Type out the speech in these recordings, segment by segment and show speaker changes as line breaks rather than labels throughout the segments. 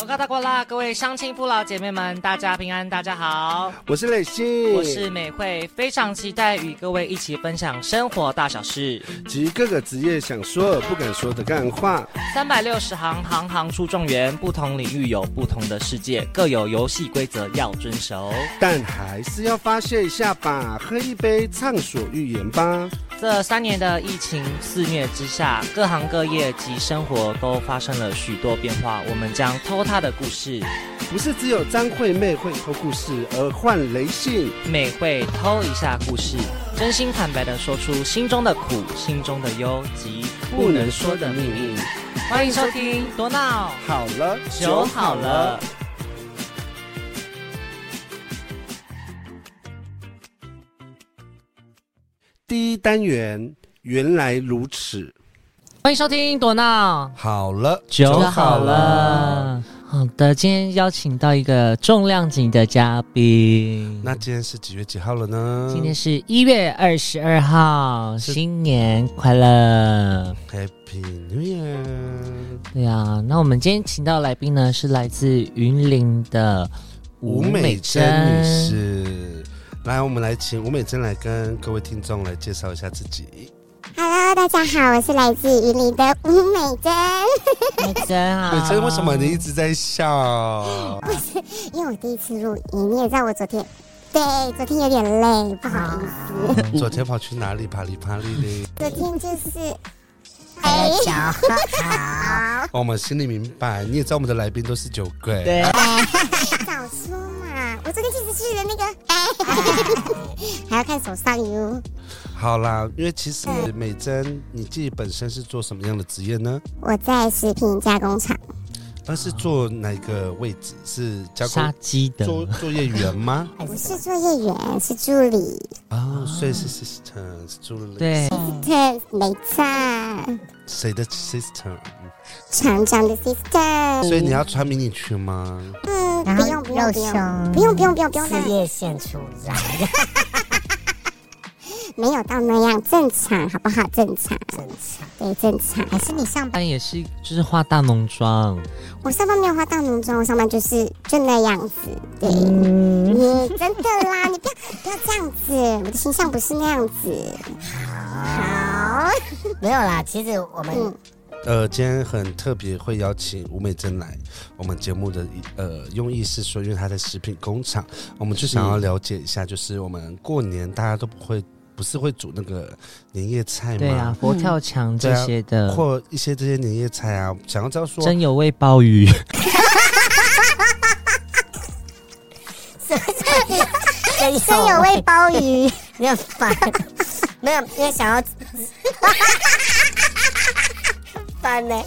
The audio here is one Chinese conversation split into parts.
我嘎达过啦，各位乡亲父老姐妹们，大家平安，大家好，
我是磊鑫，
我是美惠，非常期待与各位一起分享生活大小事，
集各个职业想说而不敢说的干话。
三百六十行，行行出状元，不同领域有不同的世界，各有游戏规则要遵守，
但还是要发泄一下吧，喝一杯畅所欲言吧。
这三年的疫情肆虐之下，各行各业及生活都发生了许多变化。我们将偷他的故事，
不是只有张惠妹会偷故事，而呃换雷信
每会偷一下故事，真心坦白的说出心中的苦、心中的忧及不能说的秘密。。欢迎收听《多闹
好了，
酒好了》。。
第一单元原来如此，
欢迎收听《多闹
好了，
酒好了》。好的，今天邀请到一个重量级的嘉宾。
那今天是几月几号了呢？
今天是一月二十二号，
是
新年快乐！
Happy New Year，
对啊，那我们今天请到的来宾呢，是来自云林的
吴美珍女。士。来，我们来请吴美珍来跟各位听众来介绍一下自己。
Hello，大家好，我是来自云林的吴美珍，
美珍啊，
美珍，为什么你一直在 笑？
因为我第一次录音，你也知道我昨天，对，昨天有点累，不好意思，
昨天跑去哪里？啪里啪里 哩。
昨天就是，哎，
哦我们心里明白，你也知道我们的来宾都是酒鬼。
对，
早说嘛，我昨天其实去了那个，哎，还要看手上哟，
好啦，因为其实美珍，你自己本身是做什么样的职业呢？
我在食品加工厂，
那是做哪个位置？是加
杀
工
鸡的
作作业 员吗？
不是作业员，是助理，
哦，所以是 sister，是助理。
啊对，
特没差，
谁的 sister？
嗯
厂长的 sister，
所以你要穿迷你裙吗？
嗯，
然
不
后
用不
肉
用不用，不用不用不用不用
事业线出来，
嗯没有到那样正常，好不好？正常，
正常。
对，正常。
还是你上班
但也是就是化大浓妆，
我上班没有化大浓妆，我上班就是就那样子。对，
嗯
你、真的啦， 你不要不要这样子，我的形象不是那样子。 好，
没有啦？其实我们
嗯，
呃，今天很特别，会邀请吴美珍来我们节目的一呃用意是说，因为她在食品工厂，我们就想要了解一下，就是我们过年大家都不会不是会煮那个年夜菜吗？嗯啊
对啊，呃佛跳墙这些的，
或一些这些年夜菜啊，想要知道说，
真有味鲍 鱼，
真有
真有味鲍鱼，
没有烦， 没有，因为想要 烦欸呢。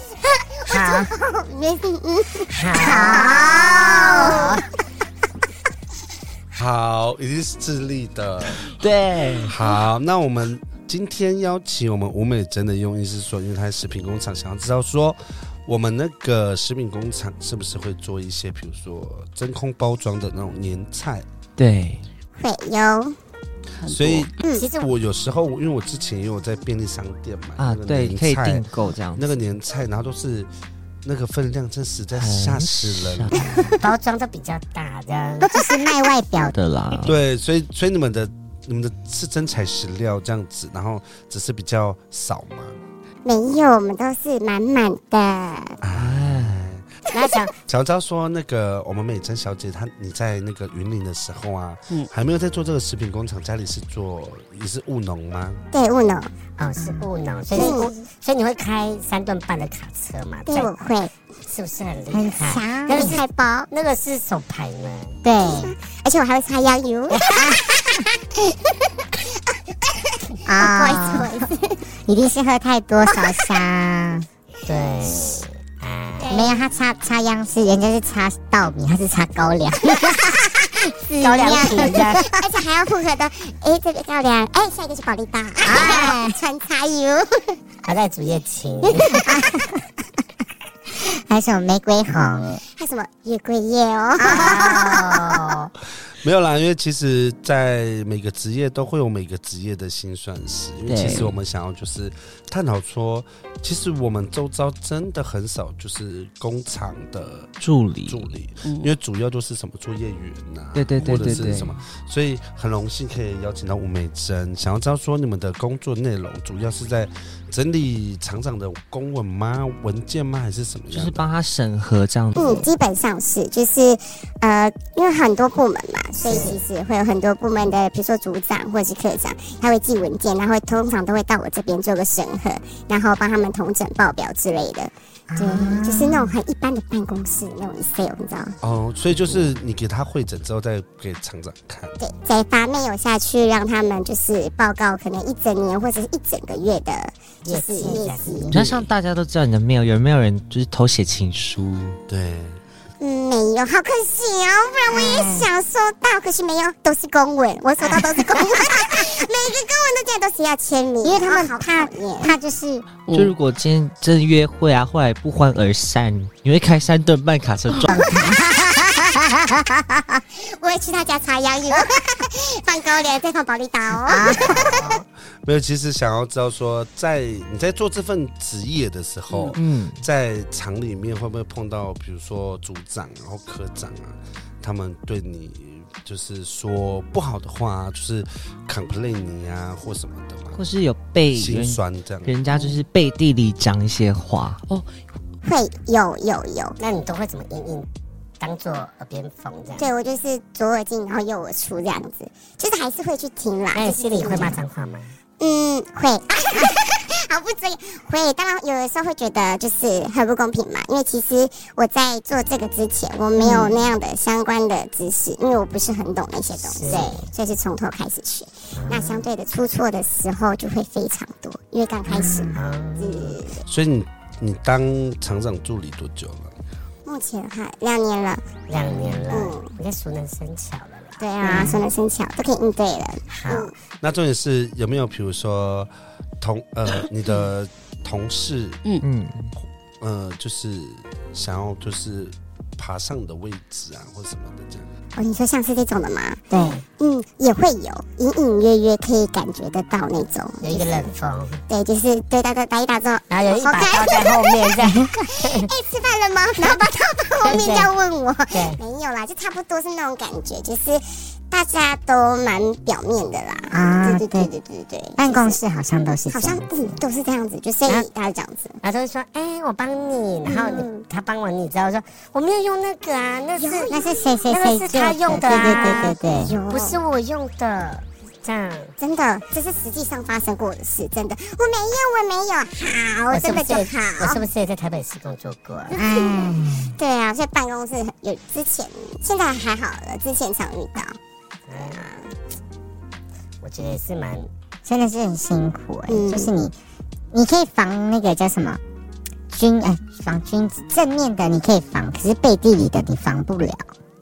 好
没嗯，
好，
好，一定是智利的。
对，
好，那我们今天邀请我们吴美珍的用意是说，因为她在食品工厂，想要知道说。我们那个食品工厂是不是会做一些，比如说真空包装的那种年菜？
对，
会有嗯
所以，
其实
我有时候因为我之前也有在便利商店买
啊
那，个
对，
年
可以
菜
订购这样子，
那个年菜，然后都是那个分量，真实在
很
吓死人。
少，
包装都比较大的，
就是卖外表
的啦，
对，所以所以你们的你们的是真材实料这样子，然后只是比较少嘛。
没有，我们都是满满的。
然后想
想知道说那个我们美珍小姐她你在那个云林的时候啊，
嗯
还没有在做这个食品工厂，家里是做也是务农吗？
对，务农，
哦是务农，所以你
嗯，
所以你会开三吨半的卡车嘛？
对，
在
我会
是不是很厉害？
强
但是
厉害包，
那个是手牌呢，
对， 而且我还会擦腰 油。啊，不好意思，不好意思，一定是喝太多烧伤。
对，
没有，他擦擦央视，人家是擦稻米，他是擦高 粱，啊
高粱皮的。
而且还要混合的。哎，这个高粱，哎，下一个是保利达，啊， 穿插油，
还在煮夜情，
还有什么玫瑰红，还有什么月桂叶哦。
哦，
没有啦，因为其实，在每个职业都会有每个职业的辛酸史。因为
对
其实我们想要就是探讨说，其实我们周遭真的很少就是工厂的
助理，
助理，
嗯
因为主要都是什么作业员呐、
对对对对
或者
对
是什么，所以很荣幸可以邀请到吴美珍。想要知道说你们的工作内容主要是在整理厂长的公文吗、文件吗，还是什么
就
样
是
的？
帮他审核这样子。
嗯，基本上是，就是呃，因为很多部门嘛，所以其实会有很多部门的，比如说组长或者是科长，他会寄文件，然后通常都会到我这边做个审核，然后帮他们统整报表之类的。对，就是那种很一般的办公室那种 Excel，你知道吗？
哦，所以就是你给他会诊之后再给厂长看。
对，再发 mail 下去，让他们就是报告可能一整年或者是一整个月的，就是
业绩
业绩
你。看，像大家都知道你的 mail，有没有人就是偷写情书？
对，
嗯，没有，好可惜哦，不然我也想收到，可是没有，都是公文，我收到都是公文，每个公 文都这样，都是要签名，因为他们好怕
他就是
就如果今天真约会啊，后来不欢而散，你会开三顿半卡车撞？
我会去他家插秧油， 放高粱，再放保利达哦。
啊
没有，其实想要知道说，在你在做这份职业的时候，
嗯，
在厂里面会不会碰到，比如说组长，然后科长啊，他们对你就是说不好的话、啊，就是 complain 你啊或什么的嘛，
或是有被
心
人
酸这样。
人家就是背地里讲一些话哦，
会有有有，
那你都会怎么应应？当做耳边风这样？
对我就是左耳进，然后右耳出这样子，就是还是会去听啦。
那你哎心里会骂
吗？
脏话吗？
嗯，会。 好不专业，会。当然，有的时候会觉得就是很不公平嘛，因为其实我在做这个之前，我没有那样的相关的知识，因为我不是很懂那些东西，
是
对，所以是从头开始学。那相对的出错的时候就会非常多，因为刚开始嘛。嗯，
所以你你当厂长助理多久了？
目前哈两年了，
两年了
嗯，
你在熟能生巧了啦。
对啊，熟能生巧，都可以应对了。嗯
好，
那重点是有没有，比如说同呃你的同事，
嗯，
呃，就是想要就是爬上你的位置啊或什么的这样。
哦，你说像是这种的吗？
对，
嗯，也会有，隐隐约约可以感觉得到那种。
有一个冷风，
对，就是对打打打一打之后，
然后有一把
好看
刀 在后面这样。
吃饭了 吗？然后把他放后面这样问我，
对，
没有啦，就差不多是那种感觉，就是大家都蛮表面的啦。
啊
对对对对对对，
办公室好像都
就
是
是好
这
像
样。
嗯都是这样子，就所以大家这样子。
然后就会说，哎，我帮你，然后
嗯
你他帮完你之后说，我没有用那个啊，那是
那是谁谁
那个是他用的啊，
有
不是我用的，这样
真的，这是实际上发生过的事，真的，我没有，我没有，好，
我啊是
哦真
不
的
是
就
也我
好嗯
是。不是也在台北市工作过？啊
嗯
对啊，所以办公室有之前，现在还好了，之前常遇到。
我觉得也是蛮
真的是很辛苦哎、
嗯
就是你，你可以防那个叫什么君哎、防君子，正面的你可以防，可是背地里的你防不了。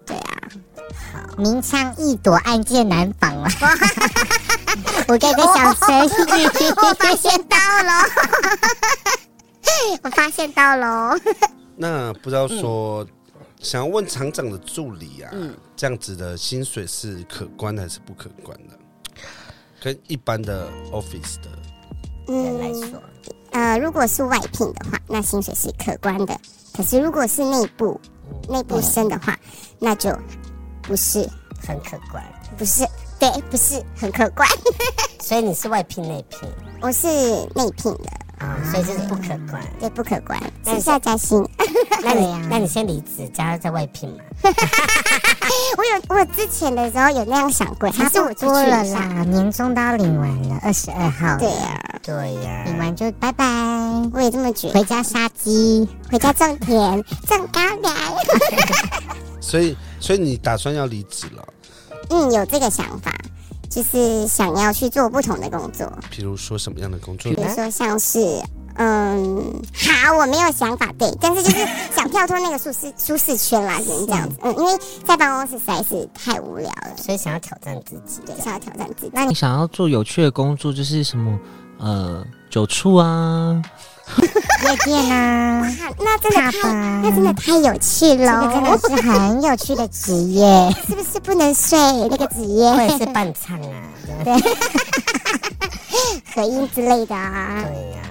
对啊，
明枪易躲，暗箭难防啊！ 我刚才想谁？
我发现到了， 我发现到了。
那不知道说，想要问厂长的助理啊，这样子的薪水是可观的还是不可观的？跟一般的 office 的，
人来说，
呃，如果是外聘的话，那薪水是可观的；可是如果是内部内部生的话，那就不是
很可观。
不是对，不是很可观。
所以你是外聘内聘
我是内聘的，
啊，所以这是不可观。
对，不可观，
那
是不是要加 薪？
那你
啊
那你先离职，加入在外聘嘛？
我有我之前的时候有那样想过，还
差
是我
不
出
多
去
了
一下。
啦，年终都要领完了，二十二号了
对啊，
对呀，
领完就拜拜，
我也这么觉得。
回家杀鸡。
回家种田，种高粱。
所以所以你打算要离职了？
嗯，有这个想法，就是想要去做不同的工作。
比如说什么样的工作
比？如说像是，嗯，好，我没有想法，对，但是就是想跳脱那个舒适舒适圈啦，只能这样子，嗯，因为在办公室实在是太无聊了，
所以想要挑战自己。
对，想要挑战自己。
那你想要做有趣的工作，就是什么呃酒醋啊，
夜店啊，
啊那真的
爸
太，
爸
那真的太有趣
这个真
喽！
的是很有趣的职业，
是不是不能睡那个职业
或者是伴唱啊，
合音之类的啊？
对呀、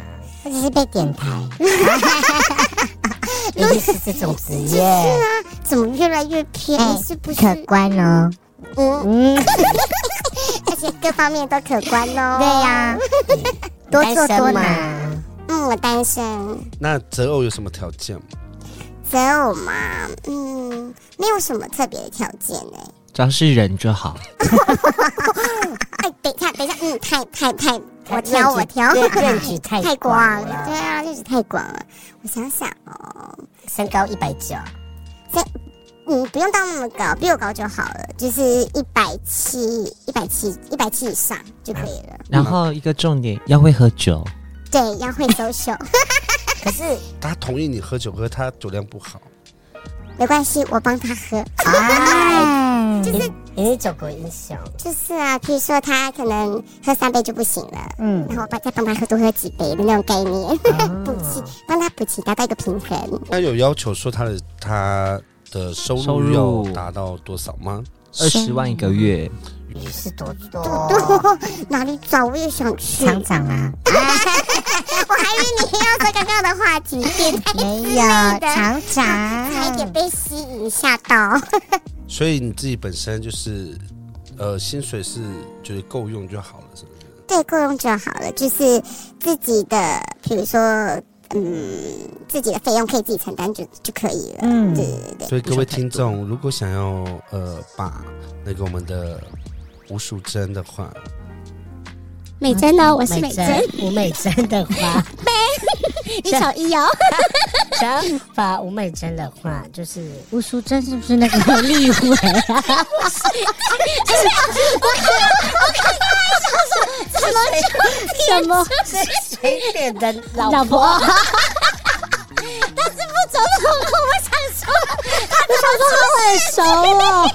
或者是被点台，
尤其是这种职业，
啊怎么越来越偏？
哎
是不是？
可观哦。
嗯，
嗯，
而且各方面都可观喽。
对呀、多
单
做多
身嘛，
拿。
嗯，我单身。
那择偶有什么条件吗？
择偶嘛，嗯，没有什么特别的条件哎、
只要是人就好。
哎，等一下，等一下，嗯，太太太，我
太
挑我挑，
对面积太
太
广
广了，对
了，
啊，就是太广了。我想想哦，
身高一百九，
嗯，不用到那么高，比我高就好了，就是一百七、一百七、一百七以上就可以了。
然后一个重点要会喝酒，
嗯
对，要会 social，
可是
他同意你喝酒，可是他酒量不好，
没关系，我帮他喝。
哎，
就是
你是酒鬼英雄，
就是啊，譬如说他可能喝三杯就不行了，
嗯，啊
然后我帮再帮他喝多喝几杯的那种概念， 补齐，帮他补齐，达到一个平衡。
他有要求说他的他的收
收
入
入
要达到多少吗？
二十万一个月，
你是多多，
哪里找我也想去。
厂哦长啊，
我还以为你要说刚刚的话题，
哎
没有厂长，
差一点被吸引吓 到。
所以你自己本身就是，呃，薪水是觉得够用就好了，是不是？
对，够用就好了，就是自己的，比如说，嗯，自己的费用可以自己承担就就可以了。
嗯
对对对
所以各位听众，如果想要呃把那个我们的吴淑珍的话，
美珍呢？
哦
我
美珍， 吴美珍的话，
一手一哦。
想法吴美珍的话就是
吴淑珍是不是那个立委啊？
什 么随便的老
老婆，但是副总统，我想说，他的老公很熟哦。
啊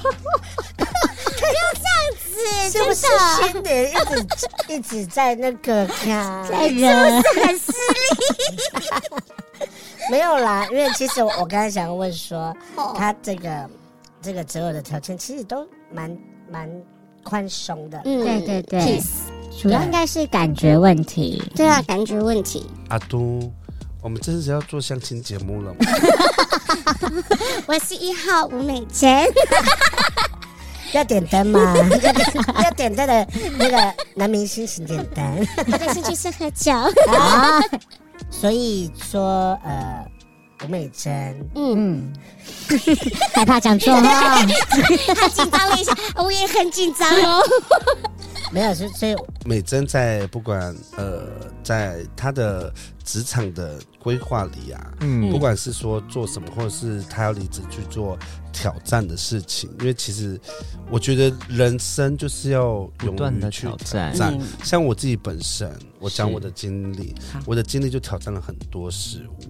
是不是新的一直一直在那 个看？
哎呀，
没有啦，因为其实我我刚才想要问说，
哦
他这个这个择偶的条件其实都蛮蛮宽松的，
嗯，
对对对
Peace
主要应该是感觉问题。
对啊，感觉问题。
阿都，我们真是要做相亲节目了吗？
我是一号吴美珍，
要点灯 吗？要点要点灯的那个男明星请点灯。
我的兴趣是喝酒。
啊，所以说呃，吴美珍
嗯，害怕讲错话。
他紧张了一下，我也很紧张哦。
没有，所以所以嗯
美珍在不管呃，在她的职场的规划里啊，
嗯
不管是说做什么，或者是她要离职去做挑战的事情，因为其实我觉得人生就是要
不
勇
断
于
的
去
挑战。
战。像我自己本身，我讲
是
我的经历
好，
我的经历就挑战了很多事物，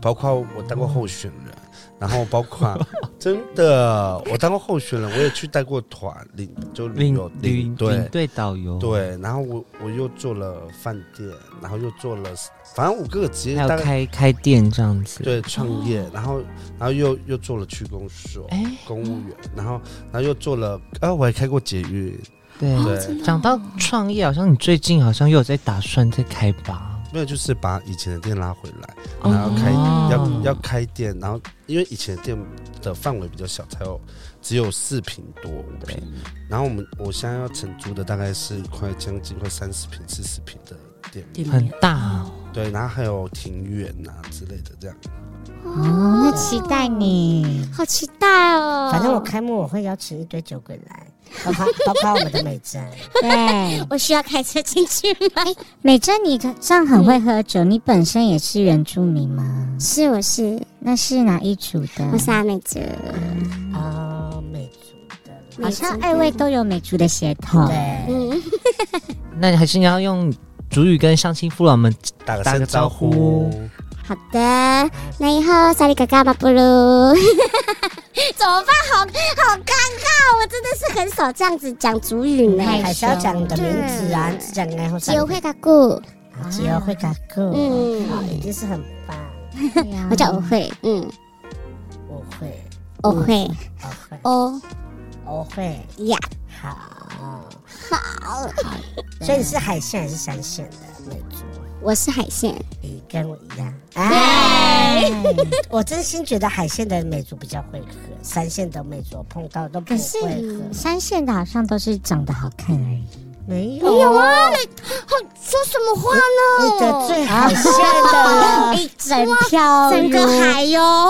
包括我当过候选人，然后 包括真的我当过候选人，我也去带过团领，就旅
领
游领
领领
队。
队导游，，
对，然后我我又做了饭店，然后又做了，反正我各个职业
还
大
有
概
开开店这样子。，
对创业，然后然后又又做了区公所、
哎，
公务员，然后然后又做了，啊，我还开过捷运，
对，
对，
讲到创业，好像你最近好像又有在打算再开吧？
没有就是把以前的店拉回来，
哦
然后开、
哦
要要开店，然后因为以前的店的范围比较小，才有只有四平多五平，然后我们我现在要承租的大概是快将近快三十平四十平的店面，
很大哦，
对，然后还有庭院啊之类的这样。
哦，期待你。
好期待哦！
反正我开幕我会邀请一堆酒鬼来，包括包括我们的美珍，
对，
我需要开车进去吗？
美珍，你这样很会喝酒，你本身也是原住民吗？
是，我是，
那是哪一族的
我？是阿美哲。
哦，美族的，
好像二位都有美族的血统。
对，
嗯，
那你还是你要用主语跟相亲父老们
打个
打个
声
招
招
呼
呼。
好的。那以后萨利嘎嘎吧不噜， 怎么办？好好尴尬，我真的是很
嗯
少这样子讲主语呢。
太
还是要讲你的名字啊，只讲然后
九会嘎咕，
吉儿会卡酷，
嗯
嗯，一定是很棒。
对啊
我叫我会，嗯，
我会，
我会，
我会，
哦
我会，
呀，
好，好，所以你是海线还是山线的美珠？
我是海鲜，
你跟我一样。哎，我真心觉得海线的美族比较会喝，山线的美族我碰到都不
可是
会喝。
山线的好像都是长得好看而已。
没有，没有啊，你
说什么话呢？
你得罪海线的 了，
一哦哎整漂
整个海哟，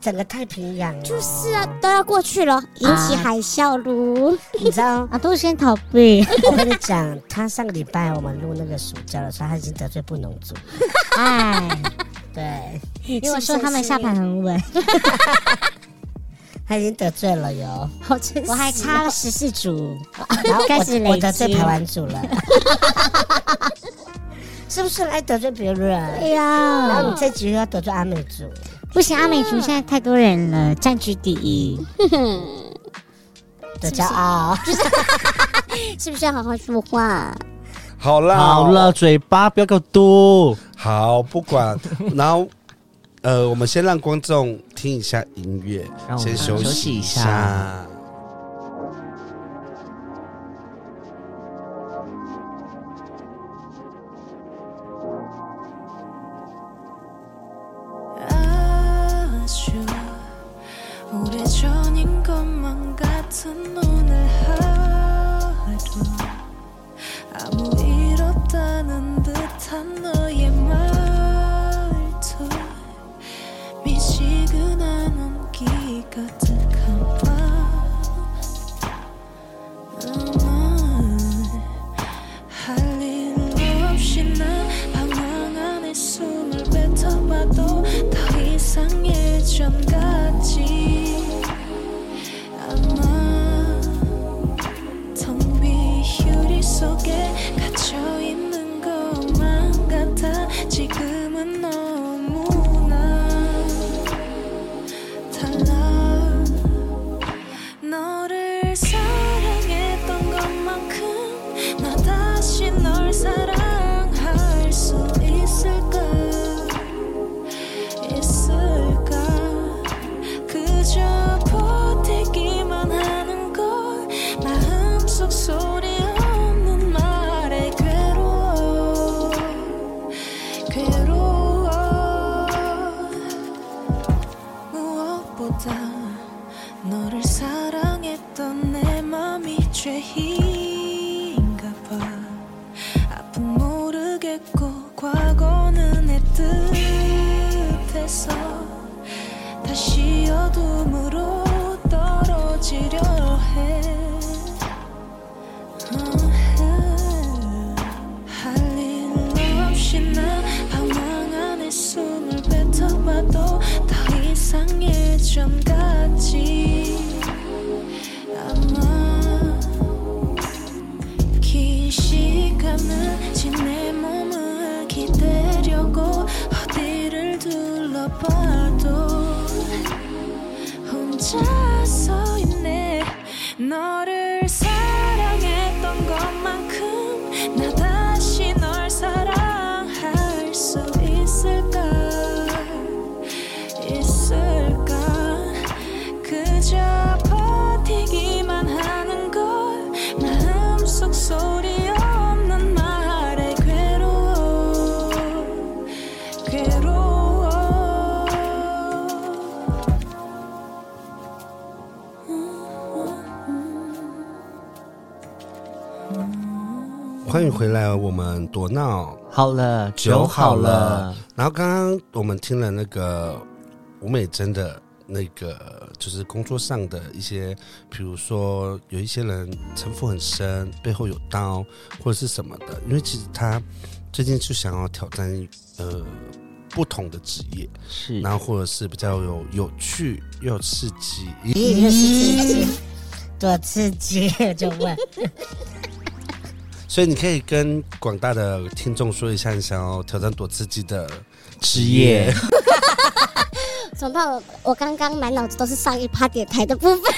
整个太平洋哦
就是啊，都要过去了，引起海啸如
你知道，
啊，都先逃避
我跟你讲，他上个礼拜我们录那个暑假的时候，他已经得罪布农族了。
哎。
对，
因为我说他们下盘很 稳，
他已经得罪了哟。
好真实
我还差了十四 组，
然后
开始
我我得
累
罪
积。
台湾族了，是不是爱得罪别人？然后
哎呀，
你这局又要得罪阿美族，
不行，阿美族现在太多人了，占据第一。
的骄傲。
是不是要好好说话？
好啦，
好了，，嘴巴不要给我嘟。
好，不管， 然后。呃，我们先让观众听一下音乐
让，我们
先休
休息
息
一
一
下
下。
아주 오래전인 것만 같은 오늘 하루 아무 일 없다는 듯한 너의 말투 미지근한 온기 같은 한밤 음, 할일 없이 난 방황 안에 숨을 뱉어봐도 더 이상 예전 같지 않아 텅빈 휴리 속에 갇혀있는 것만 같아 지금은 너무나 달라 너를 사랑했던 것만큼 나 다시 널 사랑할 수 있을까 있을까 그저 버티기만 하는 건 마음속 소리 없는 말에 괴로워 괴로워 무엇보다 너를 사랑했던 내 맘이 죄인가 봐 아픈 모르겠고 과거는 내 뜻에서 다시 어둠으로 떨어지려 해 할일 없이 나 방황 안에 숨을 뱉어봐도 더 이상 예전 같지 않아 긴 시간을 지내 몸을 기대려고 어디를 둘러봐도 혼자서 있네 너를 사랑했던 것만큼 나 다시 널 사랑할 수 있을까 있을까 그저 버티기만 하는 걸 마음속 소리 없는 말에 괴로워 괴로워
欢迎回来，我们多闹
好了，酒好了，。
然后刚刚我们听了那个吴美珍的那个，就是工作上的一些，比如说有一些人城府很深，背后有刀或者是什么的。因为其实她最近就想要挑战呃不同的职业，
是
然后或者是比较有有趣又有刺激。
咦，又是刺激， 多刺激！我就问，
所以你可以跟广大的听众说一下，你想要挑战多刺激的
职业。
总到我刚刚满脑子都是上一趴点台的部分，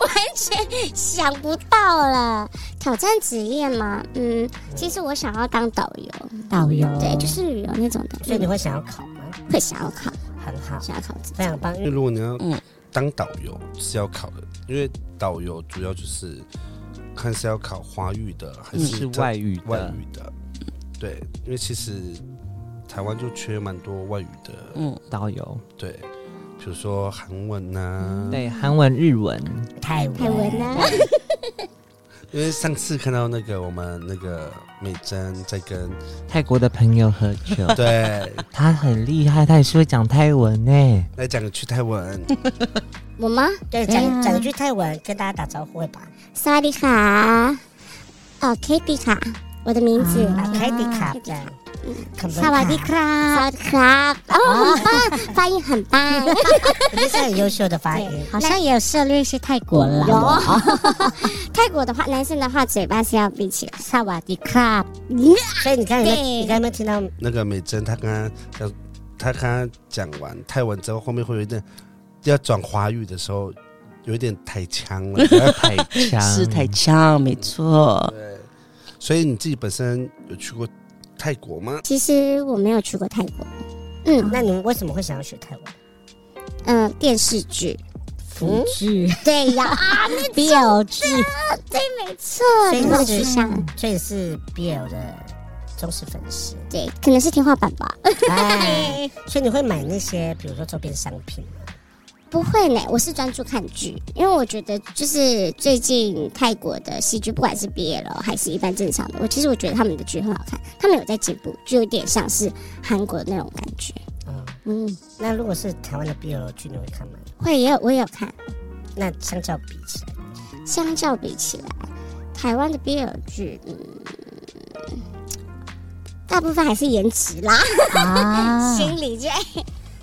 我还 全想不到了。挑战职业嘛，嗯，其实我想要当导游，
导游
对，就是旅游那种的，
所以你会想要考吗？
会想要考，
很好，
想要考执
非
照。
常棒。因
因为
为
如果你要
嗯
当导游是要考的，因为导游主要就是看是要考华语的
嗯
还
是
是
外语
外
的，
语的。对，因为其实台湾就缺蛮多外语的，
嗯，
导游，
对，比如说韩文呐、啊
嗯
嗯
对，韩文、日文，
泰文，
海文
啊
啊呢？
因为上次看到那个我们那个美珍在 跟，
泰国的朋友喝酒
对
他很厉害，他也是会讲泰文呢。
来讲个去泰文，
我吗？
对，
对啊
讲讲一句泰文跟大家打招呼会吧。
萨瓦迪卡，哦，K D 卡，我的名字
啊，凯迪卡这样，
嗯萨瓦迪，卡，萨瓦迪卡，哦，很棒，发音很棒，
我觉得是很优秀的发音。
好像也有涉略是泰国啦。
有。泰国的话，男生的话嘴巴是要闭起来，萨瓦迪卡，
所以你看有没有，
对
你看有没有听到？
那个美珍她刚刚讲，她刚刚讲完泰文之后，后面会有一点要转华语的时候，有一点太腔了。
太哎强，
是台腔，没错。
对， 所以你自己本身有去过泰国吗？
其实我没有去过泰国，嗯
那你们为什么会想要学泰文？
嗯、呃电视剧，
嗯，
剧
对 呀，啊
BL 剧，
没错，
所以
我的取
是
向，
所以是 BL 的忠实粉丝。
对，可能是天花板吧，呃
哎，所以你会买那些，比如说周边商品吗？
不会呢，我是专注看剧，因为我觉得就是最近泰国的戏剧，不管是 BL 还是一般正常的，我其实我觉得他们的剧很好看，他们有在进步，就有点像是韩国那种感觉。
嗯，
嗯，
那如果是台湾的 BL 剧，你会看吗？
会也有我也有看，
那相较比起来，
相较比起来，台湾的 BL 剧，嗯，大部分还是颜值啦，
啊，
心理剧，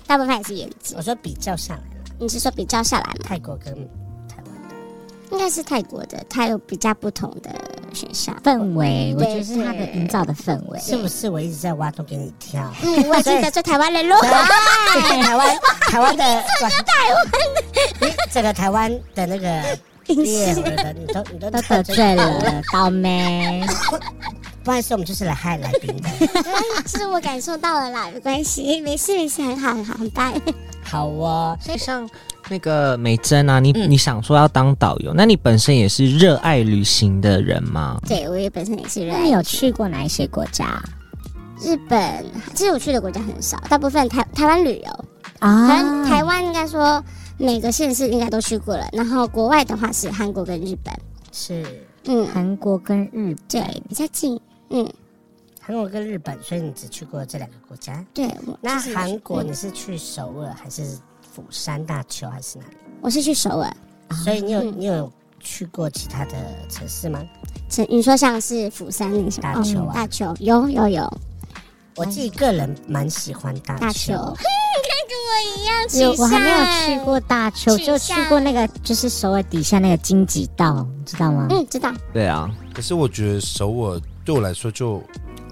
大部分还是颜值。
我说比较下来了，
你是说比较下来嘛，
泰国跟台湾的，
应该是泰国的，它有比较不同的选项。
氛围，我
对
觉得是他的
对
营造的氛围。
是不是？我一直在挖洞给你跳。
嗯， 我也记得做台湾人喽。
对台湾，台湾的，台湾，整个台湾的那个业务的，你都你都
都得罪了，倒霉。
不好意思，我们就是来害来宾的。
是我感受到了啦，没关系，没事没事，很好很好，很棒。
好哦，
所以像那个美珍啊，你、你想说要当导游，那你本身也是热爱旅行的人吗？
对我也本身也是热
那
爱
你有去过哪一些国家
日本，其实我去的国家很少，大部分台台湾旅游，台湾、
啊？
台湾应该说每个县市应该都去过了，然后国外的话是韩国跟日本，
是
嗯，
韩国跟日
对，比较近，嗯，
韩国跟日本，所以你只去过这两个国家。
对，我
那
就是
韩国
嗯
你是去首尔还是釜山、大邱还是哪里？
我是去首尔，
所以你有
嗯
你有去过其他的城市吗？
这你说像是釜山那什么
嗯大邱
哦
啊
大邱有有有
我自己个人蛮喜欢大
大邱，
邱，
嗯，跟我一样
有我还没有去，过大邱，
取
就去
向
过那个就是首尔底下那个金吉道，你知道吗？
嗯，知道，
对啊，
可是我觉得首尔对我来说就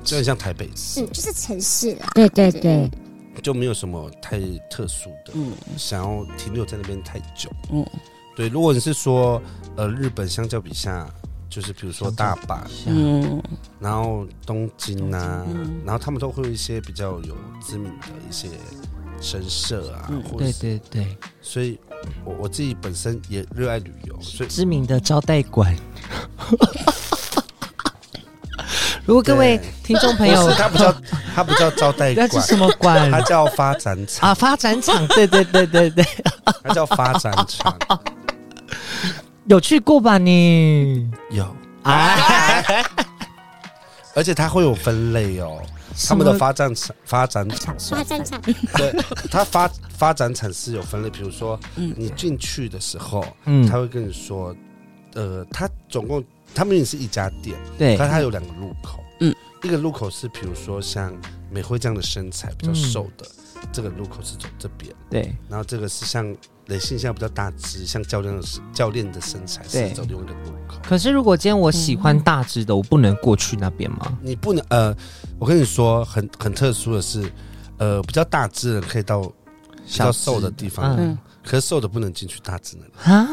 就很像台北，
是就是城市啦，
对对对，
就没有什么太特殊的，
嗯
想要停留在那边太久。
嗯，
对，如果你是说呃日本相较比下，就是比如说大阪，啊
嗯，
嗯，
然后东京啊，
东京嗯
然后他们都会有一些比较有知名的一些神社啊，
嗯
或者
对
是
对对，
所以我我自己本身也热爱旅游，所以
知名的招待馆。如果各位
对
听众朋
不
友
是，它不叫它不叫招待
那
馆
是，什么馆
它叫发展场，
啊？发展场，对对对对对，
它叫发展场。
有去过吧你？
有，
啊，
而且它会有分类哦，他们的发展场发展场，
场
发
所
展场，
对， 它发发展场是有分类，比如说你进去的时候，
嗯
他，会跟你说，呃，它总共他们也是一家店。
对
可，是它有两个入口，
嗯
嗯，一个入口是比如说像美惠这样的身材比较瘦的，
嗯
这个入口是走这边，
对，
然后这个是像雷信现在比较大只，像教练的教练的身材
对
是走另外一个入口。
可是如果今天我喜
嗯
欢大只的，我不能过去那边吗？
你不能呃，我跟你说，很很特殊的是，呃，比较大只的人可以到比较瘦的地方，
嗯
可是瘦的不能进去大只的人。
啊，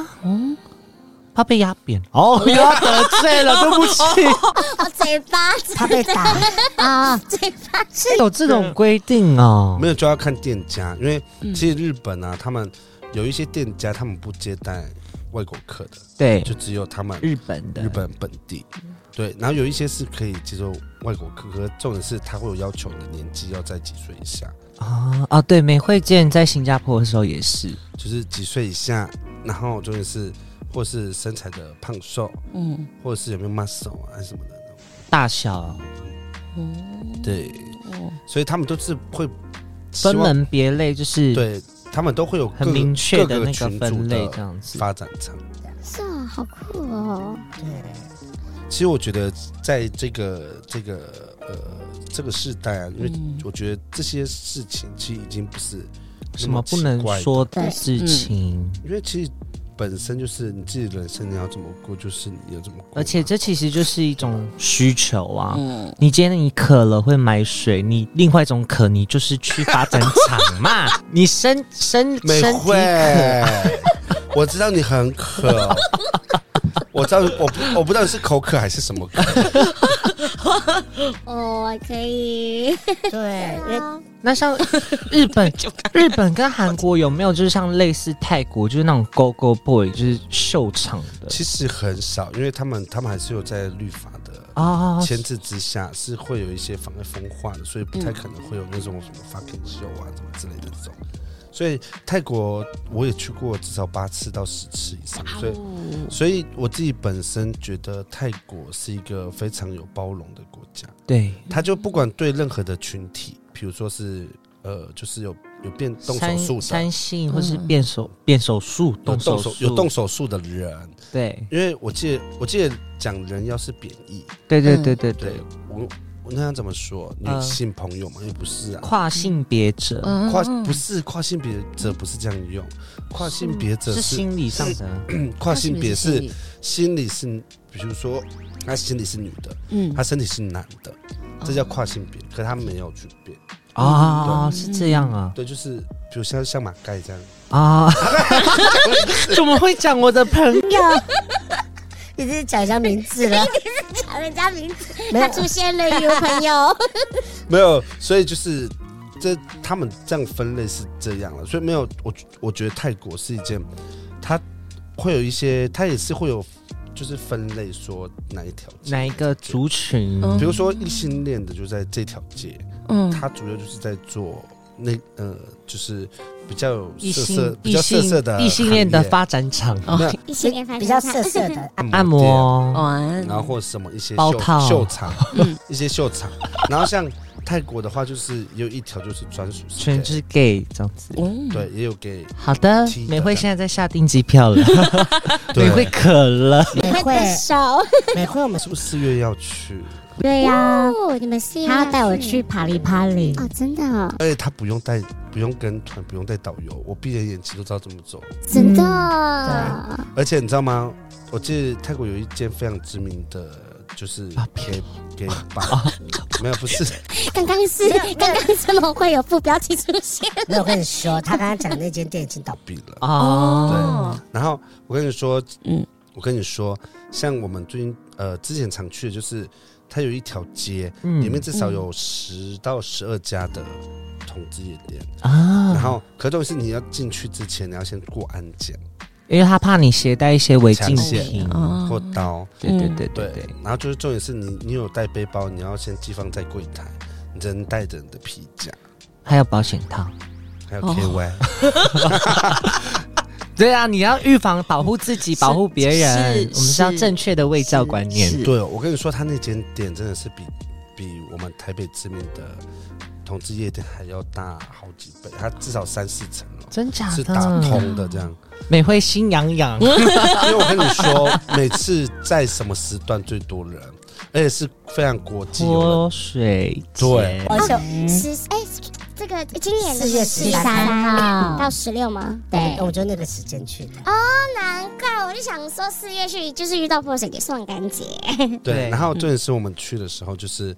怕被压扁哦，又要得罪了，对不起。
我哦嘴巴哦
他 被打，
啊，
嘴巴是
有这种规定哦
没，有就要看店家，因为
嗯
其实日本啊，他们有一些店家他们不接待外国客的，
对，
就只有他们
日本的
日本本地。对，然后有一些是可以接受外国客，可是重点是他会有要求你的年纪要在几岁以下，
啊啊，对，美惠健在新加坡的时候也是，
就是几岁以下，然后重点是或是身材的胖瘦，
嗯
或者是有没有 muscle 啊什么的。
大小
嗯
对，
哦
所以他们都是会希
分
望，
门别类，就是
对他们都会有各
很
个
明确的
各
那个
群组
分类
的
这样子。
发展场。
是啊，好酷哦！
其实我觉得，在这个这个呃这个时代啊，因为
嗯
我觉得这些事情其实已经不是
什
那
么不能
奇怪的，
说的
对
嗯
事情，
因为其实本身就是你自己人生你要怎么过，就是你要怎么过。
而且这其实就是一种需求啊。
嗯，
你今天你渴了会买水，你另外一种渴你就是去发展场嘛。你身身
美
身体
惠
渴，，
我知道你很渴，我知道我不我不知道你是口渴还是什么渴，
哦，可以，
对，因为
那像日本、日本跟韩国有没有就是像类似泰国，就是那种 go go boy，就是秀场的
其实很少，因为他们他们还是有在律法的
啊？
牵制之下，是会有一些妨碍风化的，所以不太可能会有那种什么 fucking show 啊什么之类的这种。所以泰国我也去过至少八次到十次以上，所以所以我自己本身觉得泰国是一个非常有包容的国家。
对，
他就不管对任何的群体，比如说是呃，就是有有变动手
三
术的，
三性或是变手、变手术、
有
动
动手
术、
有动手术的人，
对
因为我记得我记得讲人要是贬义，
对对对对对，
嗯对我我那样怎么说？女
嗯
性朋友嘛，又不是啊，
跨性别者、
跨不是跨性别者不是这样用，跨性别者
是
是
心理上的，
嗯跨性别是心理是，比如说他心理是女的，
嗯
他身体是男的，这
哦
叫跨性别，可他没有去变，
啊、是这样啊
对，就是比如像像马盖这样。
啊！怎么会讲我的朋友？
一直讲一下名 字了，
讲人家名字，
没有
他出现了，有朋友，
没有，所以就是这他们这样分类是这样了，所以没有我我觉得泰国是一件，它会有一些，它也是会有就是分类说哪一条街
哪一个族群？
嗯
比如说异性恋的就在这条街，
嗯
它主要就是在做那呃就是比较有
异
色
性
色比
异
较色色
性
的
异性恋的
行业
发展场，
一 起连发
比较色色的，
按摩
店
哦
完
然后或者什么一些
包
秀
套嗯
秀场，一些秀场，然后像泰国的话就是有一条就是专属是
全
gay
是 gay 这样子。
嗯，
对，也有给
好的
踢，的
美惠现在在下订机票 了，美惠渴了。
美
会
惠
的少。
美惠我们
是不是四月要去？
对呀，
哦，你们是
他要带我去
嗯
帕里帕里，
哦，真的哦，
而且他不用带，不用跟团，不用带导游，我闭着眼睛都知道怎么走。
真的哦。
啊
而且你知道吗？我记得泰国有一间非常知名的，就是
啊
gay gay bar，没有不是，
刚刚是
啊
刚刚怎么会有副标题出现？
没有我跟你说，他刚刚讲的那间店已经倒闭了。
闭了。
啊哦，
然后我跟你说，
嗯
嗯，我跟你说，像我们最近呃之前常去的就是，它有一条街，
嗯
里面至少有十到十二家的同志夜店。然
啊，
后，可重点是你要进去之前，你要先过安检
因为他怕你携带一些违禁
抢
劫
品，
哦
或刀。
对对对对
对
对，
然后就是重点是你，你有带背包，你要先寄放在柜台，你只能带着你的皮夹，
还有保险套。
还有
哦
KY，、
对啊，你要预防保护自己，保护别人
是，
我们是要
是
正确的卫教观念。
是
对我跟你说，他那间店真的是比比我们台北知名的同志夜店还要大好几倍，它至少三四层楼，
真假
是打
的？
通的这样。
美惠心痒痒，
因为我跟你说，每次在什么时段最多人，而且是非常国际哦。
泼水节
对
而且
十哎，这个今年的
四月
十
13
号
到十六吗？哦
对
我就那个时间去的，
难怪，我就想说四月去就是遇到泼水节、送感节，
对
对，然后重点是我们去的时候，就是，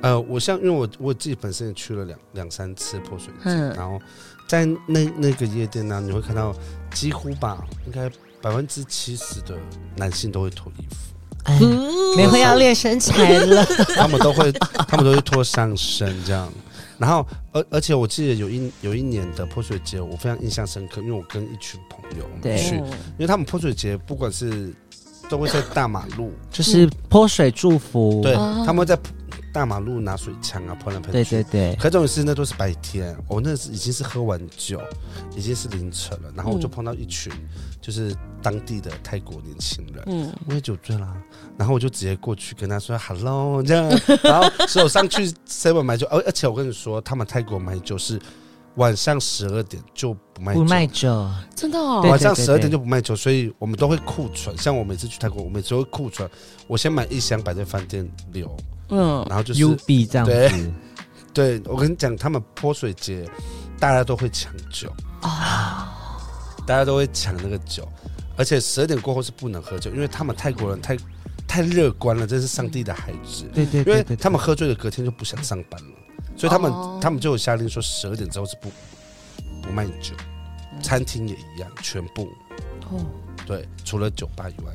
呃，我像因为我我自己本身也去了两两三次泼水节，
嗯
然后在那那个夜店呢、你会看到几乎吧，应该百分之七十的男性都会脱衣服，
哎，
嗯
你会要练身材 了。
他们都 会，他们都会脱上身这样。然后，而而且我记得有一有一年的泼水节，我非常印象深刻，因为我跟一群朋友我们
对哦
去，因为他们泼水节不管是都会在大马路，
就是泼水祝福，
对，他们会在大马路拿水枪啊泼来泼
对
去
对。对，
可重点是那都是白天，我那是已经是喝完酒，已经是凌晨了，然后我
嗯
就碰到一群就是当地的泰国年轻人，
嗯，
我也酒醉啦，然后我就直接过去跟他说 “hello” 这样， 然后手上去 seven 买酒，而而且我跟你说，他们泰国买酒是晚上十二点就不卖酒
不卖酒，
真的哦
对
晚上十二点就不卖酒，所以我们都会库存。像我每次去泰国，我每次会库存，我先买一箱摆在饭店留，
嗯，
然后就是
，U B 这样子
对， 对我跟你讲，他们泼水节大家都会抢酒啊，大家都会抢那个酒，而且十二点过后是不能喝酒，因为他们泰国人太太乐观了，这是上帝的孩子，
对对
因
对
为
对，
他们喝醉了隔天就不想上班了，所以他们、
哦
他们就有下令说十二点之后是不不卖酒，餐厅也一样，全部对，除了酒吧以外，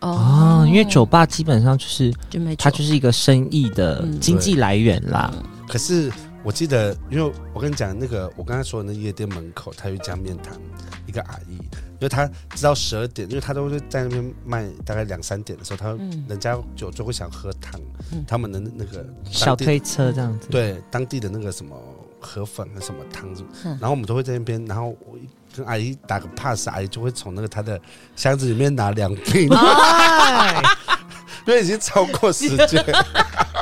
哦，因为酒吧基本上就是
就没
它就是一个生意的
嗯
经济来源啦，
可是我记得，因为我跟你讲，那个我刚才说的那夜店门口，它有一家面摊，一个阿姨，因为她知道十二点，因为她都会在那边卖，大概两三点的时候，她、
嗯
人家酒就会想喝汤，
嗯
他们的那个
小
当地
推车这样子，
对当地的那个什么河粉啊什么汤什么，
嗯
然后我们都会在那边，然后我一跟阿姨打个 pass，阿姨就会从那个她的箱子里面拿两瓶，
啊哎，
因为已经超过时间，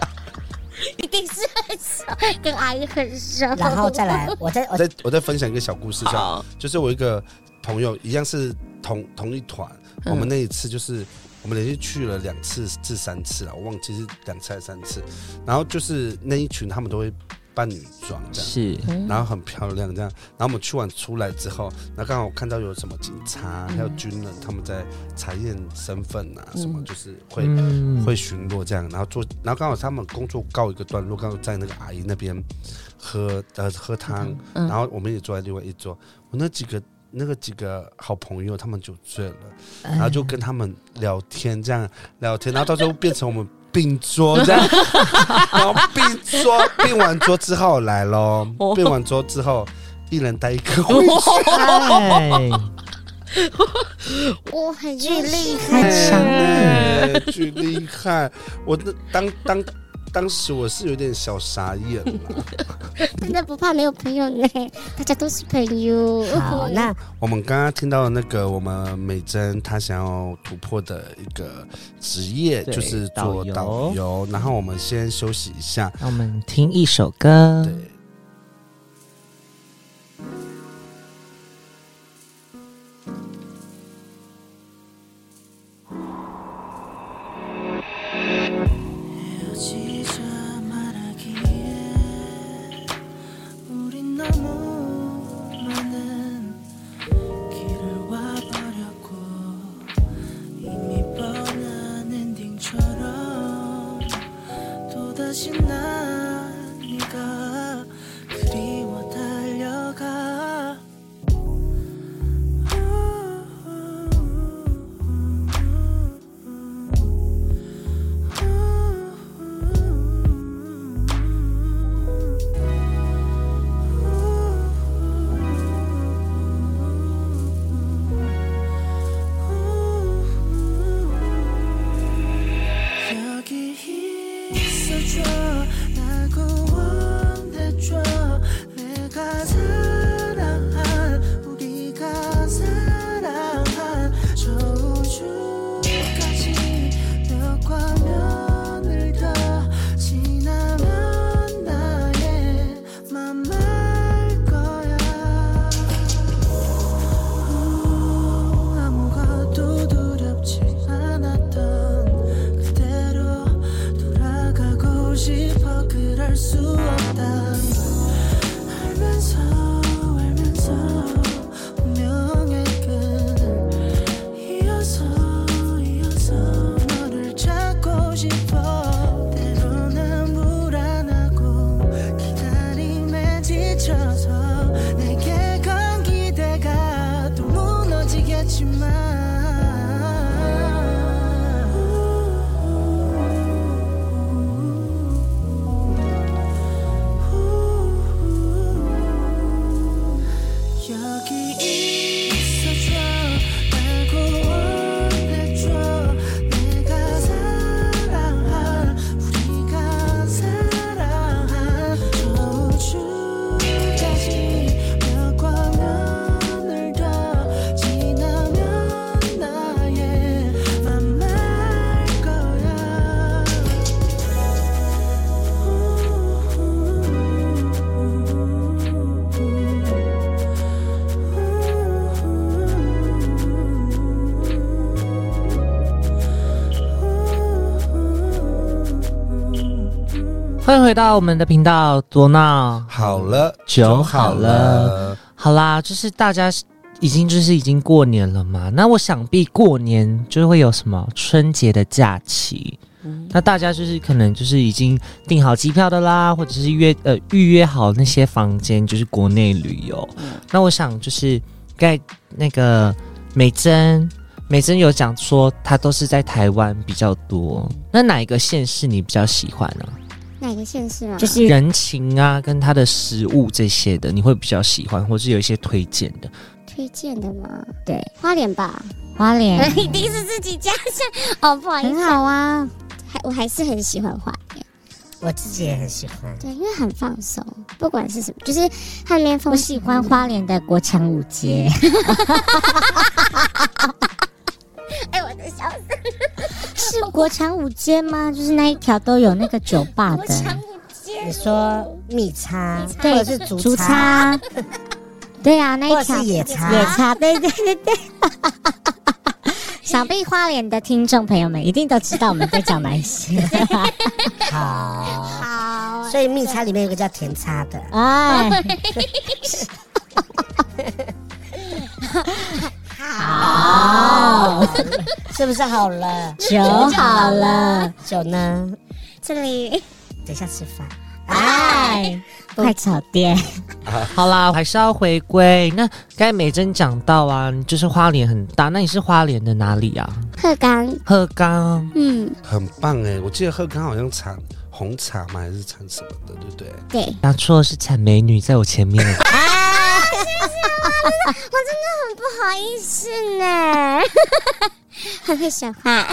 一定是很熟，跟阿姨很熟，
然后再来，我再我
我再我再分享一个小故事，像
好，
就是我一个朋友，一样是同同一团，
嗯
我们那一次就是我们连续去了两次至三次了，我忘记是两次还是三次。然后就是那一群他们都会扮女装这样，
是
然后很漂亮这样。然后我们去完出来之后，然后刚好我看到有什么警察还有军人他们在查验身份啊，什么
嗯
就是会
嗯，
会巡逻这样，然后做，然后刚好他们工作告一个段落，刚好在那个阿姨那边喝呃喝汤，
嗯
然后我们也坐在另外一桌，我那几个那个几个好朋友他们酒醉了，
哎
然后就跟他们聊天这样聊天，然后到最后变成我们并桌 这样，然后并桌并完桌之后来咯，
哦
并完桌之后一人带一个回去，
哎，
我很巨厉
很
害，
强
嗯
哎，巨厉害！我那当当当时我是有点小傻眼了。
真的不怕没有朋友呢，大家都是朋友。
好，那
我们刚刚听到那个我们美珍她想要突破的一个职业
对
就是
导
做
游
导游，然后我们先休息一下。
那我们听一首歌
对，，
헤어지자 말하기에 우린 너무 많은 길을 와버렸고 이미 뻔한 엔딩처럼 또다시 난 네가 그리워 달려가 여기 있어줘 날 구원해줘 내가 사랑한 우리가 사랑한 저 우주까지 벽과 면을 다 지나면 나의 맘알 거야 우, 음, 아무것도 두렵지 않았던 그대로 돌아가고 싶어 그럴 수 없다 알면서 알면서 운명의 끈을 이어서 이어서 너를 찾고 싶어 때로는 불안하고 기다림에 지쳐서 내게 건 기대가 또 무너지겠지만
回到我们的频道多闹。
好了，
酒
好
好了，好啦，就是大家已经就是已经过年了嘛，那我想必过年就会有什么春节的假期。那大家就是可能就是已经订好机票的啦，或者是约呃预约好那些房间，就是国内旅游。那我想就是该那个美珍，美珍有讲说她都是在台湾比较多。那哪一个县市你比较喜欢呢、
哪个县市啊？
就是
人情啊，跟它的食物这些的，你会比较喜欢，或是有一些推荐的。
推荐的吗？
对，
花莲吧，
花 莲
一定是自己家乡哦，不好意
很
思，
好啊，
还我还是很喜欢花莲，
我自己也很喜欢。
对，因为很放松，不管是什么，就是它那边风
我喜欢花莲的国强舞 节，
哎，我的小
是国强舞街吗？就是那一条都有那个酒吧
我抢
的，
不见
你说米叉，
对
或者是竹
竹
叉，
叉， 对啊，那
或者
一条
是野叉，
野叉，对对对 对。想必花莲的听众朋友们一定都知道我们在讲哪 一些
好。
好，
所以蜜叉里面有个叫甜叉的，
哎，
哦，是不是好了？
酒好了，
酒呢？
这里
等一下吃饭。
哎，快炒店，
好啦，还是要回归。那该美珍讲到啊，你就是花莲很大，那你是花莲的哪里啊？
鹤岗，
鹤冈。
嗯，
很棒哎！我记得鹤冈好像产红茶嘛，还是产什么的，对不对？
对，
答错是产美女，在我前 面。
啊
我真的很不好意思 呢，很会说话，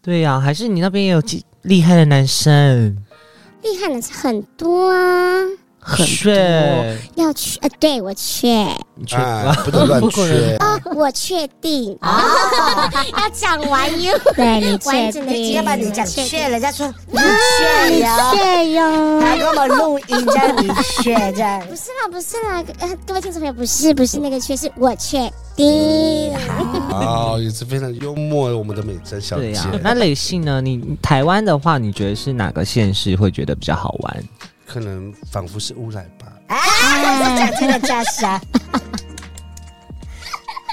对呀、还是你那边也有几厉害的男生？
厉害的是很多啊，
很确，
要去呃，对我确
你确
啊，不能乱缺。
哦，我确定啊，
哦
要讲完 哟，
对你确
完整的
定？
要不然你讲
确定
雀，人家说你雀呀，
对哟。
还给我们录音这样你雀这样。
不是啦，不是啦，呃，各位听众朋友，不是不是那个确，是我确定。
哦，也是非常幽默，我们的美珍小
对
姐
呀、。那磊信呢？你你台湾的话，你觉得是哪个县市会觉得比较好玩？
可能仿佛是乌来吧。
啊，讲这个家乡。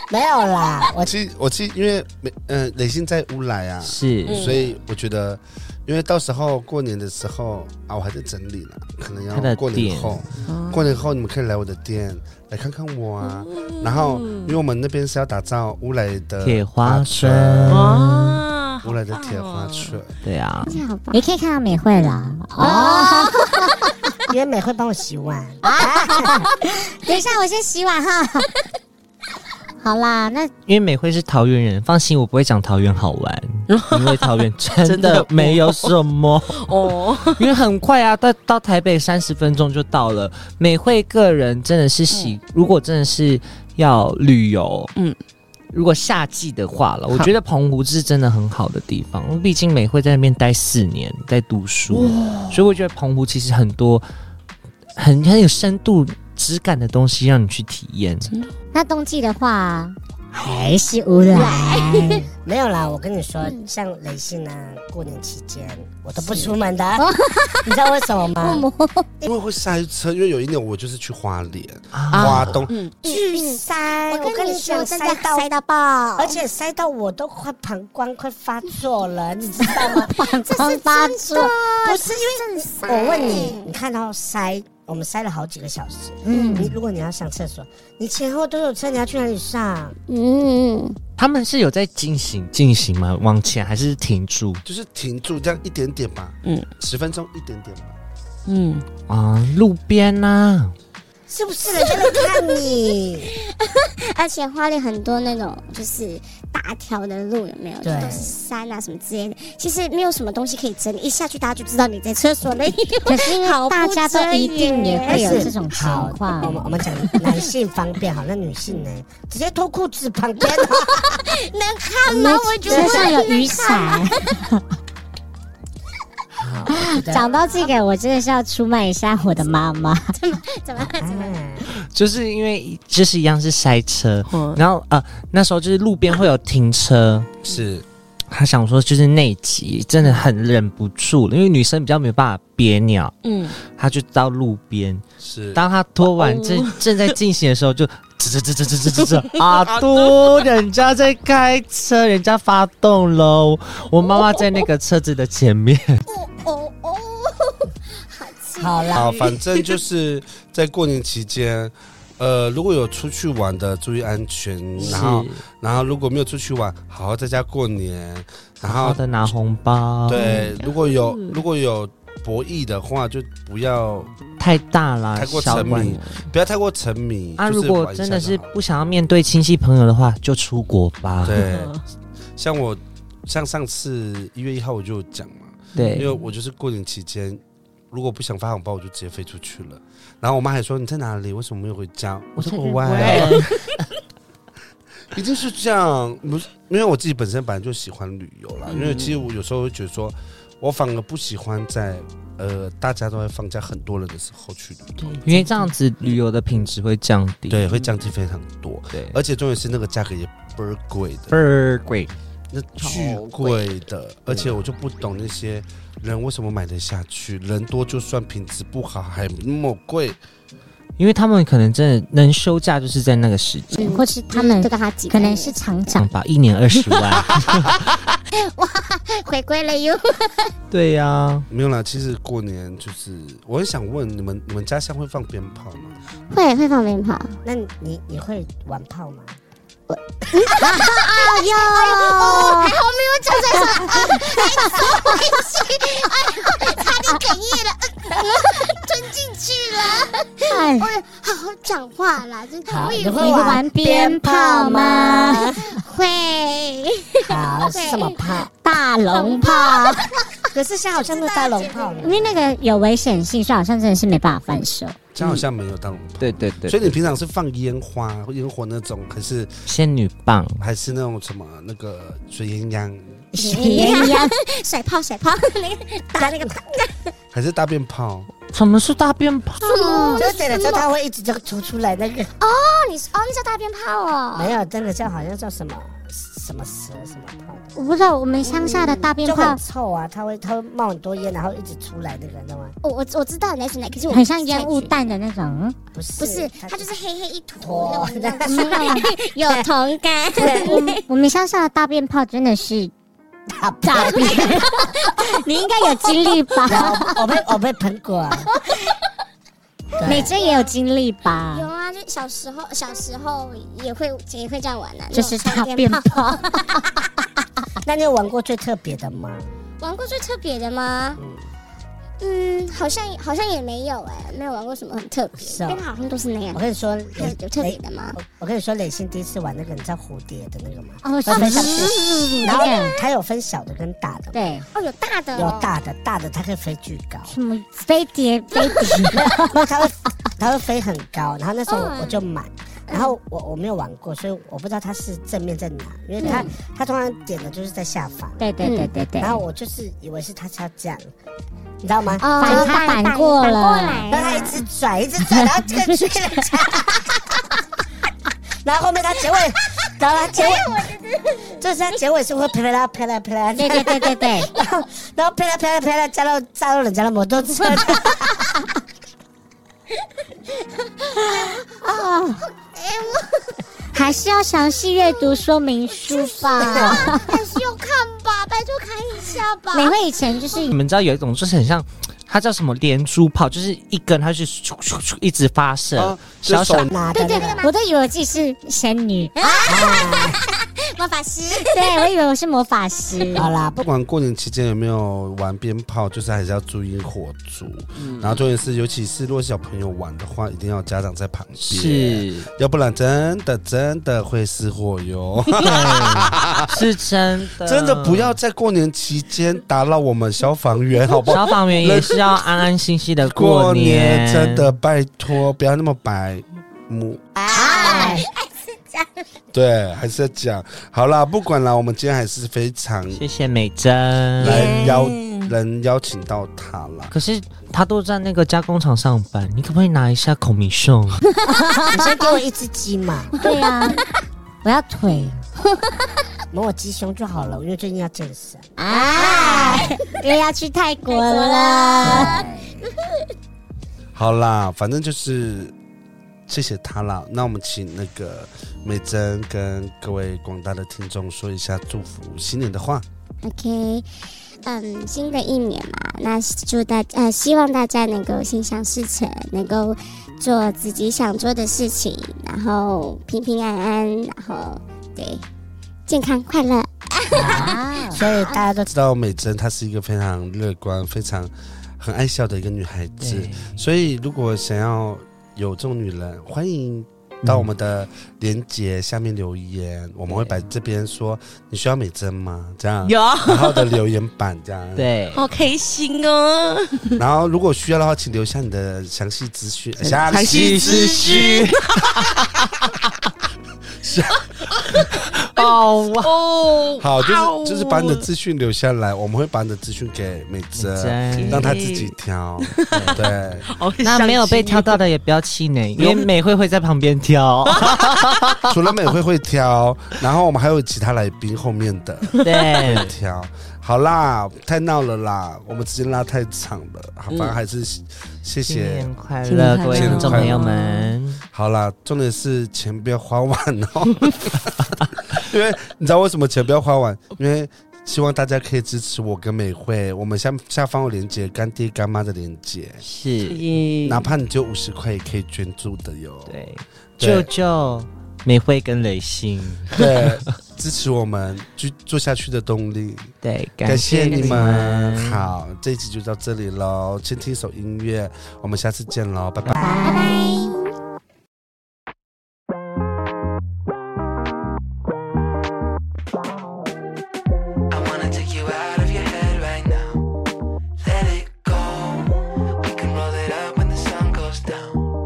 没有啦，我
其实我其实因为美嗯磊信在乌来啊，
是、
嗯
所以我觉得，因为到时候过年的时候啊，我还在整理呢，可能
他的
要过年
店
后，
哦
过年后你们可以来我的店来看看我啊。然后，
嗯
因为我们那边是要打造乌来的
铁花村。
哇，
乌来的铁花村，
对啊，
这样好吧，
你可以看到美惠啦。哦，
原美会帮我洗碗，
等一下，我先洗碗 哈。好啦，那
因为美惠是桃园人，放心，我不会讲桃园好 玩，因为桃园真
真
的
的
没有什么，
哦，
因为很快啊，到到台北三十分钟就到了。美惠个人真的是喜，如果真的是要旅游，嗯
嗯。
如果夏季的话了，我
好
觉得澎湖是真的很好的地方。毕竟美惠在那边待四年，在读书，所以我觉得澎湖其实很多很很有深度、质感的东西让你去体验。
那冬季的话，还是乌来。
没有啦。我跟你说，像雷信啊，过年期间我都不出门的， 你知道为什么 吗？
因为会塞车，因为有一年我就是去花莲、
啊
花东，
嗯
巨塞，
我跟你说，真的
塞到
塞到爆，
而且塞到我都快膀胱快发作 了，你知道吗？
光发作，
啊
不是因为我问你，你看到塞，我们塞了好几个小时。嗯，你如果你要上厕所，你前后都有车，你要去哪里上？
嗯，
他们是有在进行进行吗？往前还是停住
就是停住这样一点点吧，嗯
嗯，
十分钟一点点吧。
嗯，
啊？路边啊呐、
是不是人家在看你？
而且花莲很多那种就是大条的路，有没有？就
对
都是山啊什么之类的。其实没有什么东西可以整理，一下去大家就知道你在厕所 了。
可是因为
好不
大家都一定也会有这种情
好，我们
况。
我们讲男性方便好，那女性呢？直接脱裤子旁边，啊
能看吗？我觉
车
得
上有雨伞。讲到这个，我真的是要出卖一下我的妈妈。
怎么怎么
哎
就是因为就是一样是塞车，
嗯
然后呃那时候就是路边会有停车，
是，
他想说就是那集真的很忍不住了，因为女生比较没有办法憋尿，
嗯，
她就到路边，
是
当她脱完
哦
正、正在进行的时候就 吱吱吱吱吱吱吱吱啊嘟，人家在开车，人家发动喽，我妈妈在那个车子的前面，
哦哦，好气
好啦，
好，反正就是在过年期间，呃，如果有出去玩的，注意安全。然后，然后如果没有出去玩，好好在家过年。然
好
后，
的嗯拿红包，，
对，如果有如果有博弈的话，就不要
太大啦，
太过
小
沉
玩
迷不要太过沉迷。
啊，
就是
如果
玩一下
真的
就是好
不想要面对亲戚朋友的话，就出国吧。
对，像我像上次一月一号我就有讲嘛，因为
对，
我就是过年期间。如果不想发红包，我就直接飞出去了。然后我妈还说：“你在哪里？为什么没有回家？”我说：“国外。” 一定是这样，不是因为我自己本身本来就喜欢旅游啦，因为其实我有时候会觉得说，我反而不喜欢在呃大家都在放假很多人的时候去旅游，
因为这样子旅游的品质会降低。
对，会降低非常多，
对，
而且重点是那个价格也倍儿哦贵
倍
的，
儿贵。
那巨贵的，而且我就不懂那些人为什么买得下去，人多就算品质不好还那么贵，
因为他们可能真的能休假，就是在那个时 间
或是他们
就跟他挤，
可能是厂长
吧，一年二十万。
回归了哟。
对呀、
没有啦。其实过年就是，我很想问你们，你们家乡会放鞭炮吗？
会会放鞭炮，
那你你会玩炮吗？
哎呦， 嗯
哎
好好讲话啦，真的
好，
我以
你
为
会
你会玩鞭炮吗？
会
好，是什么炮？
大龙炮，
可是现在好像没有大龙 炮
因
了。
为那个有危险性，所以好像真的是没办法反手。
家好像没有大龙炮。
对对对
所以你平常是放烟花、烟火那种，还是
仙女棒，
还是那种什么那个水烟枪，
一样，
水泡水泡，那个打那个
还是大便炮？
什么是大便炮？
就是点了之后，它会一直就冲出来那个。
哦，你是哦，那叫大鞭炮哦，
没有，真的叫好像叫什么什么蛇什么炮的，
我不知道我们乡下的大鞭
就
炮
很臭啊，它会它会冒很多烟，然后一直出来那个，你知道吗？
我我我知道你在说哪，可是我
很像烟雾，弹的那种，
不是
不是，它就是黑黑一坨
坨
那种，
没有有同感。我们我们乡下的大便炮真的是
大炮。
大便，你应该有经历吧？
我被我被喷过啊，
美珍也有经历
有
吧？
啊，就小时候小时候也会也会这样玩啊，
就是
那
大
种
便炮，
那你有玩过最特别的吗？
玩过最特别的吗？嗯，好像好像也没有哎、没有玩过什么很特别，
是
但
啊
它好像都是那样
我。跟你说，
有有特别
磊
的吗？
我我跟你说，磊鑫第一次玩那个你知道蝴蝶的那个吗？
哦，是
会分小的，然后
嗯
那个
它有分小的跟大的，
对，
哦，有大的、哦，
有大的，大的它可以飞巨高，
什么飞碟飞碟，
因为它会它会飞很高。然后那时候
哦嗯
我我就买，然后我我没有玩过，所以我不知道它是正面在哪，因为它
嗯
它通常点的就是在下方，
对对对对对
然，后我就是以为是它是要这样，你知道吗？
哦
反它反过
反过
了
然后
来
他
了
一直转，一直转，然后这个追了 他，然后后面他结尾，然后他结尾，
哎
就是他结尾是会啪啦啪啦啪啦，
对对对对对，
然后 然后啪啦啪啦啪啦，加到加到人家的摩托 车，
还是要详细阅读说明书吧。
还是要看吧，拜托看一下吧。
美惠以前就是
你们知道有一种就是很像，它叫什么连珠炮，就是一根它是咻咻咻一直发射，
啊
小小
拿的那个
我都以为我自己是仙女，
魔法师，
对我以为我是魔法师。
好啦，
不管过年期间有没有玩鞭炮，就是还是要注意火烛。
嗯
然后重点是，尤其是如果小朋友玩的话，一定要家长在旁边，，
是，
要不然真的真的会失火哟。
对，是真的，
真的不要在过年期间打扰我们消防员，好不好？
消防员也是要安安心心的
过
过年，
真的拜托，不要那么白目。
哎，
对，还是要讲好啦，不管啦，我们今天还是非常
谢谢美珍。
来邀能邀请到他啦。
可是他都在那个加工厂上班，你可不可以拿一下口米 送？
你先给我一只鸡嘛，
对啊，我要腿，
抹我鸡胸就好了，因为最近要健身。
啊，又要去泰国了。
好啦，反正就是谢谢他啦。那我们请那个美珍跟各位广大的听众说一下祝福新年的话。
OK，嗯，新的一年嘛，那祝大呃，希望大家能够心想事成，能够做自己想做的事情，然后平平安安，然后对健康快乐。
啊，
所以大家都
知道美珍她是一个非常乐观、非常很爱笑的一个女孩子，所以如果想要有这种女人，欢迎到我们的连接下面留言，我们会把这边说你需要美珍吗？这样，
有，
然后的留言板这样，。
对，
好开心哦！
然后如果需要的话，请留下你的详细资讯，详
详细资
讯。
哦哇，
哦，
好，就
哇哦
是就是把你的资讯留下来，我们会把你的资讯给美珍，
真
让她自己挑。对，
好
那没有被挑到
的，
的也不要气馁，因为美惠会在旁边 挑。
除了美惠会挑，然后我们还有其他来宾后面的
对，
挑。好啦，太闹了啦，我们时间拉太长了，好，反正还是谢
新
谢。
年快
新年
乐，
快乐
各位听众朋友们。
好啦，重点是钱不要花完 哦，因为你知道为什么钱不要花完？因为希望大家可以支持我跟美惠，我们下下方有连接干爹干妈的连接，
是，
耶
哪怕你只有五十块也可以捐助的哟。
对，
对
舅舅、哦美惠跟雷欣，
对， 支持我们就做下去的动力。
对，
感
谢
谢你们。
们，
好，这一集就到这里喽，先听一首音乐，我们下次见喽，拜拜。
拜拜。
I wanna take you out of your head right now. Let it go. We can roll it up when the sun goes down.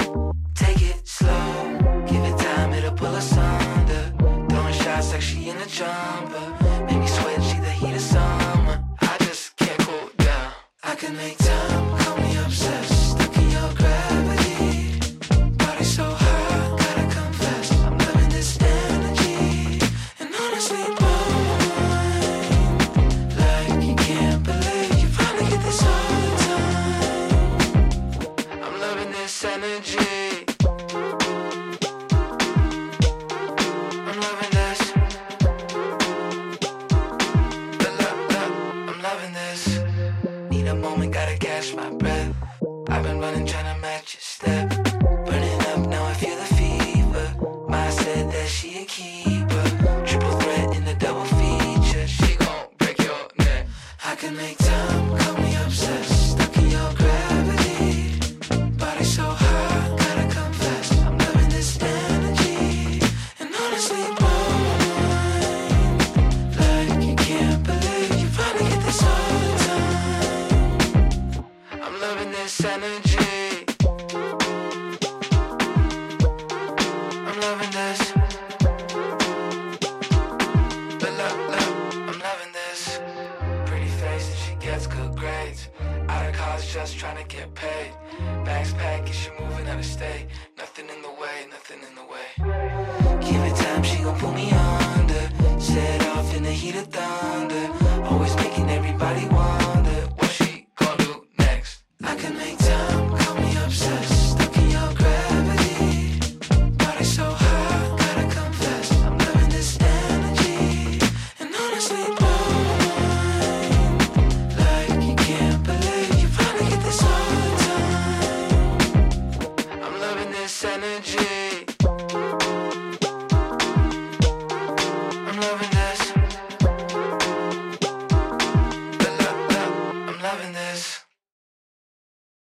Take it slow, give it time, it'll pull us under. Throwing shots like she in a jumper. Make me sweat, she the heat of summer. I just can't cool down. I can make time, call me obsessed. Stuck in your gravity. Body so hot, gotta confess. I'm loving this energy. And honestly, mine, like you can't believe you finally get this all the time. I'm loving this energy. I'm loving this. La, la, la, I'm loving this. Need a moment, gotta catch my breath. I've been running, trying to match your step. Burning up, now I feel the fever. Ma said that she a keeper. Triple threat in the double feature. She gon' break your neck. I can make time, call me obsessed. Stuck in your gravity. Body so hot, gotta confess. I'm loving this energy. And honestly, mine, like you can't believe you finally get this all the time. I'm loving this energy. I'm loving this. La, la, la, I'm loving this. Pretty face and she gets good grades. Out of college just trying to get paid. Bags packed, and she moving out of state. Nothing in the way, nothing in the way.